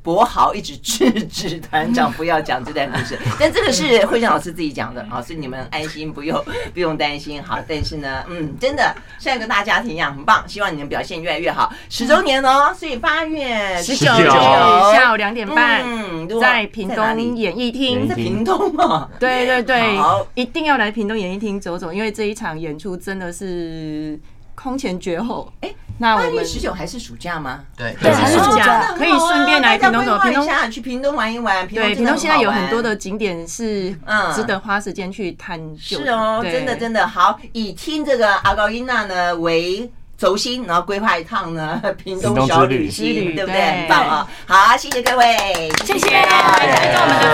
D: 博豪一直制止团长不要讲这段故
E: [LAUGHS]
D: 事，但这个是慧娟老师自己讲的啊，所以你们安心不用 [LAUGHS] 不用担心好，但是呢，嗯，真的像一个大家庭一样，很棒，希望你们表现越来越好。十周年哦，所以八月
E: 十
I: 19
E: 下午两点半，
D: 嗯如果
E: 在屏
D: 在哪里
E: 东演艺厅
I: 演
D: 在。屏东哦嘛，
E: 对对对
D: 好，
E: 一定要来屏东演艺厅走走，因为这一场演出真的是空前绝后。
D: 哎
E: 那
D: 八
E: 我
D: 月
E: 们
D: 十九哦还是暑假吗？
G: 对
J: 对，还是
E: 暑
J: 暑
E: 假
D: 啊
J: 假，
E: 可以顺便
D: 哦
E: 来屏东走
D: 屏
E: 屏东
D: 东去屏东玩一玩。
E: 对
D: 真
E: 屏
D: 的
E: 东现在有
D: 好玩
E: 很多的景点是
D: 嗯
E: 值得花时间去探究的。
D: 是哦，
E: 对
D: 真的真的好，以听这个阿高音娜呢为。轴心，然后规划一趟呢 [LAUGHS] 屏东
I: 屏东
D: 小
I: 之旅
D: 旅
E: 之
D: 行，
E: 旅
D: 对不对？
E: 对
D: 很棒啊！好，谢谢各位，
J: 谢谢，
D: 大家
J: 感谢我们的